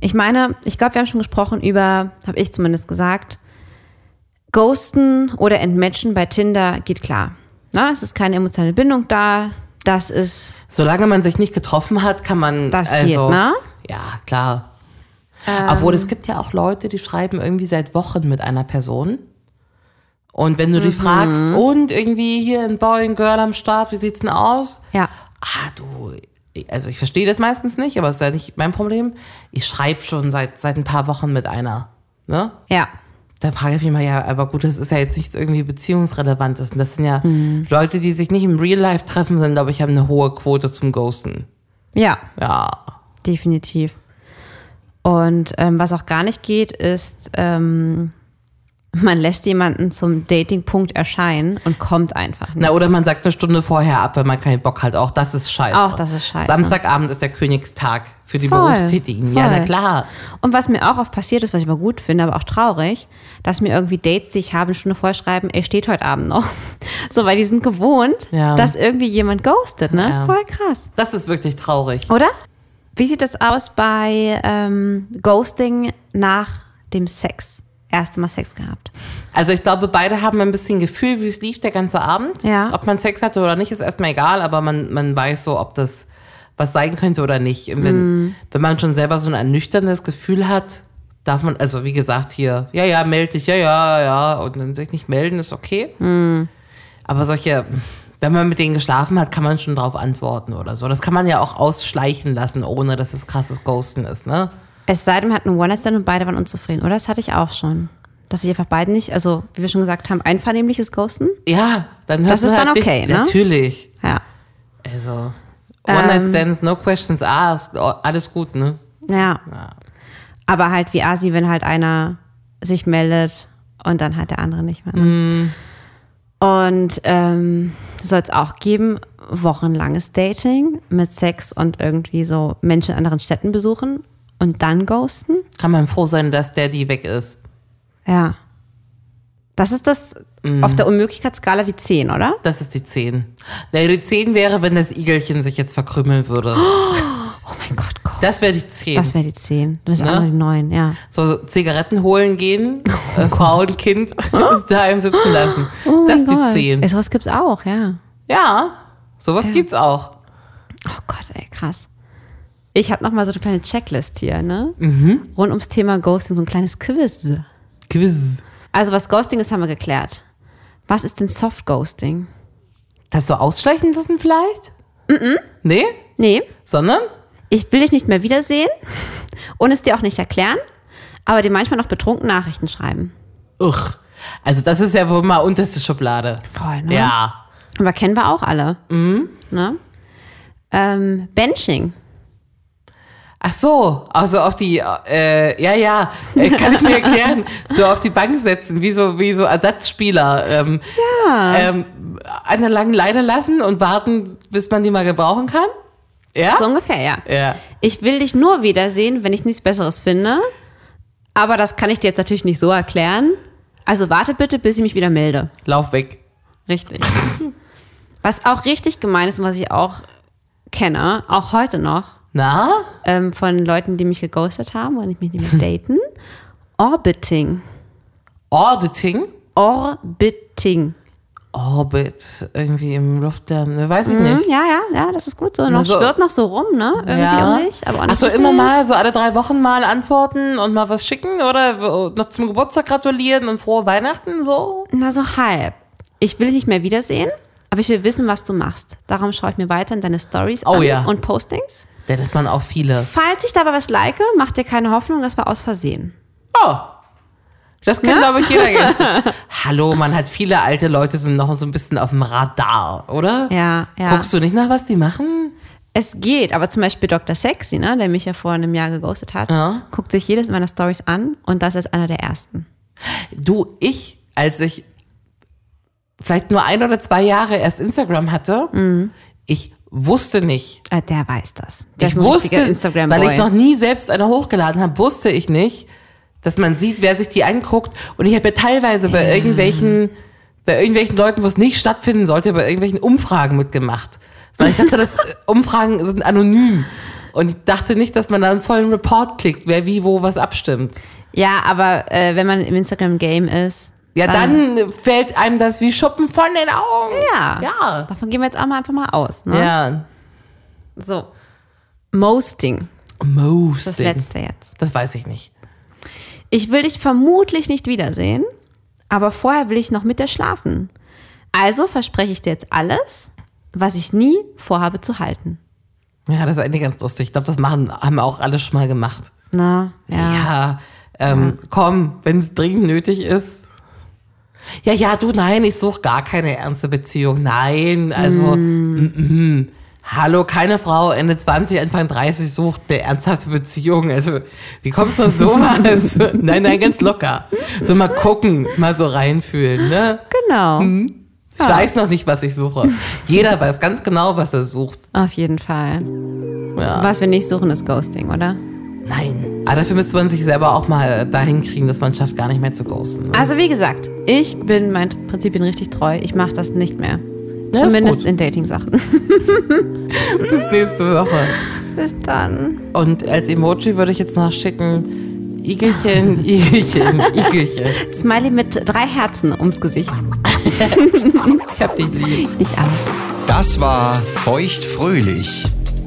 S2: Ich meine, ich glaube, wir haben schon gesprochen über, habe ich zumindest gesagt, Ghosten oder Entmatchen bei Tinder geht klar. Na, es ist keine emotionale Bindung da. Das ist,
S3: Solange man sich nicht getroffen hat, kann man.
S2: Das geht,
S3: also,
S2: ne? Ähm.
S3: Ja, klar. Obwohl es gibt ja auch Leute, die schreiben irgendwie seit Wochen mit einer Person. Und wenn du
S2: Mhm.
S3: die fragst, und irgendwie hier ein Boy, ein Girl am Start, wie sieht's denn aus?
S2: ja,
S3: Ah, du, also ich verstehe das meistens nicht, aber es ist ja nicht mein Problem. Ich schreibe schon seit, seit ein paar Wochen mit einer. Ne?
S2: ja,
S3: Dann frage ich mich mal, ja, aber gut, das ist ja jetzt nichts irgendwie Beziehungsrelevantes. Und das sind ja
S2: Mhm.
S3: Leute, die sich nicht im Real Life treffen, sondern glaube ich, haben eine hohe Quote zum Ghosten.
S2: ja,
S3: Ja.
S2: definitiv. Und ähm, *laughs* was auch gar nicht geht, ist ähm, man lässt jemanden zum Datingpunkt erscheinen und kommt einfach nicht.
S3: Na, oder man sagt eine Stunde vorher ab, wenn man keinen Bock hat. Auch das ist scheiße.
S2: Auch das ist scheiße.
S3: Samstagabend ist der Königstag für die
S2: Voll,
S3: Berufstätigen. Ja,
S2: voll.
S3: na klar.
S2: Und was mir auch oft passiert ist, was ich aber gut finde, aber auch traurig, dass mir irgendwie Dates, die ich habe, eine Stunde vorschreiben, ey, steht heute Abend noch. *laughs* So, weil die sind gewohnt,
S3: Ja.
S2: dass irgendwie jemand ghostet, ne?
S3: Ja.
S2: Voll krass.
S3: Das ist wirklich traurig.
S2: Oder? Wie sieht das aus bei ähm, Ghosting nach dem Sex? Erste Mal Sex gehabt.
S3: Also ich glaube, beide haben ein bisschen Gefühl, wie es lief der ganze Abend.
S2: Ja.
S3: Ob man Sex hatte oder nicht, ist erstmal egal, aber man, man weiß so, ob das was sein könnte oder nicht. Und wenn,
S2: Mhm.
S3: wenn man schon selber so ein ernüchterndes Gefühl hat, darf man, also wie gesagt, hier, ja, ja, melde dich, ja, ja, ja, und dann sich nicht melden, ist okay.
S2: Mhm.
S3: Aber solche, wenn man mit denen geschlafen hat, kann man schon drauf antworten oder so. Das kann man ja auch ausschleichen lassen, ohne dass es krasses Ghosten ist, ne?
S2: Es sei denn, wir hatten einen One-Night-Stand und beide waren unzufrieden, oder? Das hatte ich auch schon. Dass ich einfach beiden nicht, also wie wir schon gesagt haben, einvernehmliches Ghosten.
S3: Ja, dann hört
S2: Das ist
S3: man
S2: dann
S3: halt
S2: okay,
S3: nicht,
S2: ne?
S3: Natürlich.
S2: Ja.
S3: Also,
S2: Ähm.
S3: One-Night-Stands, no questions asked, oh, alles gut, ne?
S2: Ja. Aber halt wie Asi, wenn halt einer sich meldet und dann halt der andere nicht mehr. ne? Und ähm, soll es auch geben, wochenlanges Dating mit Sex und irgendwie so Menschen in anderen Städten besuchen und dann ghosten.
S3: Kann man froh sein, dass Daddy weg ist.
S2: Ja. Das ist das auf der Unmöglichkeitsskala die 10, oder?
S3: Das ist die 10. Na, die 10 wäre, wenn das Igelchen sich jetzt verkrümeln würde.
S2: Oh mein Gott, Gott.
S3: Das wäre die 10.
S2: Das wäre die 10. Das
S3: Ne?
S2: andere die 9, ja.
S3: so Zigaretten holen *laughs* gehen, äh, Frau und *laughs* Kind ist daheim sitzen lassen. das ist die 10.
S2: Ey, sowas gibt's auch, ja.
S3: Ja, sowas gibt's auch.
S2: Oh Gott, ey, krass. Ich habe mal so eine kleine Checklist hier, ne? Rund ums Thema Ghosting, so ein kleines Quiz.
S3: Quiz.
S2: Also was Ghosting ist, haben wir geklärt. Was ist denn Soft Ghosting?
S3: Das so ausschleichen lassen vielleicht? Mhm. Nee?
S2: Nee,
S3: Sondern?
S2: ich will dich nicht mehr wiedersehen *laughs* und es dir auch nicht erklären, aber dir manchmal noch betrunken Nachrichten schreiben.
S3: Uch. Also das ist ja wohl mal unterste Schublade.
S2: Voll, ne?
S3: Ja.
S2: Aber kennen wir auch alle. Mhm. Ne? Ähm, Benching.
S3: Ach so, also auf die, äh, ja, ja, äh, kann ich mir erklären. So auf die Bank setzen, wie so, wie so Ersatzspieler. Ähm, ja. Ähm, an der langen Leine lassen und warten, bis man die mal gebrauchen kann. Ja?
S2: So ungefähr, ja.
S3: Ja.
S2: Ich will dich nur wiedersehen, wenn ich nichts Besseres finde. Aber das kann ich dir jetzt natürlich nicht so erklären. Also warte bitte, bis ich mich wieder melde.
S3: Lauf weg. *laughs*
S2: Richtig. was auch richtig gemein ist und was ich auch kenne, auch heute noch,
S3: Na?
S2: ähm, von Leuten, die mich geghostet haben und ich mich nicht mehr
S3: *laughs*
S2: daten. Orbiting.
S3: Auditing?
S2: Orbiting.
S3: Orbit. Irgendwie im Luftlernen. ne, Weiß ich
S2: Hm,
S3: nicht.
S2: ja, ja, ja, das ist gut so. Noch
S3: so-
S2: schwirrt noch so rum, ne? Irgendwie um dich, aber auch nicht.
S3: Ach so,
S2: wirklich.
S3: immer mal, so alle drei Wochen mal antworten und mal was schicken oder noch zum Geburtstag gratulieren und frohe Weihnachten, so?
S2: Na, so halb. Ich will dich nicht mehr wiedersehen, aber ich will wissen, was du machst. Darum schaue ich mir weiterhin deine Stories
S3: Oh
S2: an
S3: ja.
S2: und Postings.
S3: Denn ist man auch viele.
S2: Falls ich dabei was like, mach dir keine Hoffnung, das war aus Versehen.
S3: Oh. Das kennt, glaube ich, jeder ganz gut. Hallo, man hat viele alte Leute sind noch so ein bisschen auf dem Radar, oder?
S2: Ja, ja.
S3: Guckst du nicht nach, was die machen?
S2: Es geht, aber zum Beispiel Dr. Sexy, ne, der mich ja vor einem Jahr geghostet hat,
S3: Ja.
S2: guckt sich jedes meiner Stories an und das ist einer der ersten.
S3: Du, ich, als ich vielleicht nur ein oder zwei Jahre erst Instagram hatte, ich wusste nicht.
S2: Äh, der weiß das. Der
S3: ich
S2: ist ein
S3: wusste,
S2: richtiger Instagram-Boy.
S3: weil ich noch nie selbst eine hochgeladen habe, wusste ich nicht, dass man sieht, wer sich die anguckt. Und ich habe ja teilweise bei irgendwelchen, bei irgendwelchen Leuten, wo es nicht stattfinden sollte, bei irgendwelchen Umfragen mitgemacht. Weil ich dachte, dass Umfragen sind anonym. Und ich dachte nicht, dass man da einen vollen Report klickt, wer wie wo was abstimmt.
S2: ja, aber äh, wenn man im Instagram-Game ist.
S3: Ja, dann, fällt einem das wie Schuppen von den Augen.
S2: Ja.
S3: Ja.
S2: Davon gehen wir jetzt auch mal einfach mal aus. Ne?
S3: Ja.
S2: So. Mosting.
S3: Most.
S2: Das letzte jetzt.
S3: das weiß ich nicht.
S2: Ich will dich vermutlich nicht wiedersehen, aber vorher will ich noch mit dir schlafen. Also verspreche ich dir jetzt alles, was ich nie vorhabe zu halten.
S3: Ja, das ist eigentlich ganz lustig. Ich glaube, das machen, haben auch alle schon mal gemacht.
S2: Na, ja.
S3: Ja, ähm, komm, wenn es dringend nötig ist. Ja, ja, du, nein, ich suche gar keine ernste Beziehung. Nein, also, mm. Mm Hallo, keine Frau Ende 20, Anfang 30 sucht eine ernsthafte Beziehung. Also, wie kommst du auf *laughs* sowas? nein, nein, ganz locker. So mal gucken, mal so reinfühlen, ne?
S2: Genau.
S3: Ich weiß noch nicht, was ich suche. Jeder weiß ganz genau, was er sucht.
S2: Auf jeden Fall.
S3: Ja.
S2: Was wir nicht suchen, ist Ghosting, oder?
S3: Nein. Aber dafür müsste man sich selber auch mal dahin kriegen, dass man es schafft, gar nicht mehr zu *laughs* ghosten. Ne?
S2: Also wie gesagt, ich bin meinen Prinzipien richtig treu. Ich mache das nicht mehr.
S3: Ja, ist
S2: Zumindest
S3: gut.
S2: in Dating-Sachen. *laughs*
S3: Bis nächste Woche.
S2: Bis dann.
S3: Und als Emoji würde ich jetzt noch schicken, Igelchen, Igelchen, Igelchen.
S2: Smiley mit drei Herzen ums Gesicht.
S3: Ich hab dich lieb.
S2: Ich auch.
S1: Das war Feuchtfröhlich,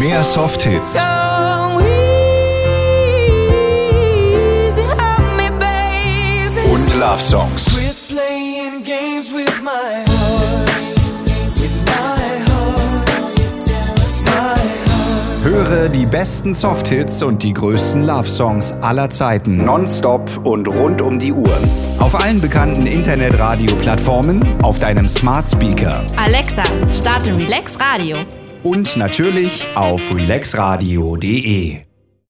S1: Mehr Soft-Hits. und Love Songs. Höre die besten Softhits und die größten Love Songs aller Zeiten nonstop und rund um die Uhr auf allen bekannten Internetradio-Plattformen, auf deinem Smart Speaker
S2: Alexa, starte Relax Radio.
S1: und natürlich auf relaxradio.de.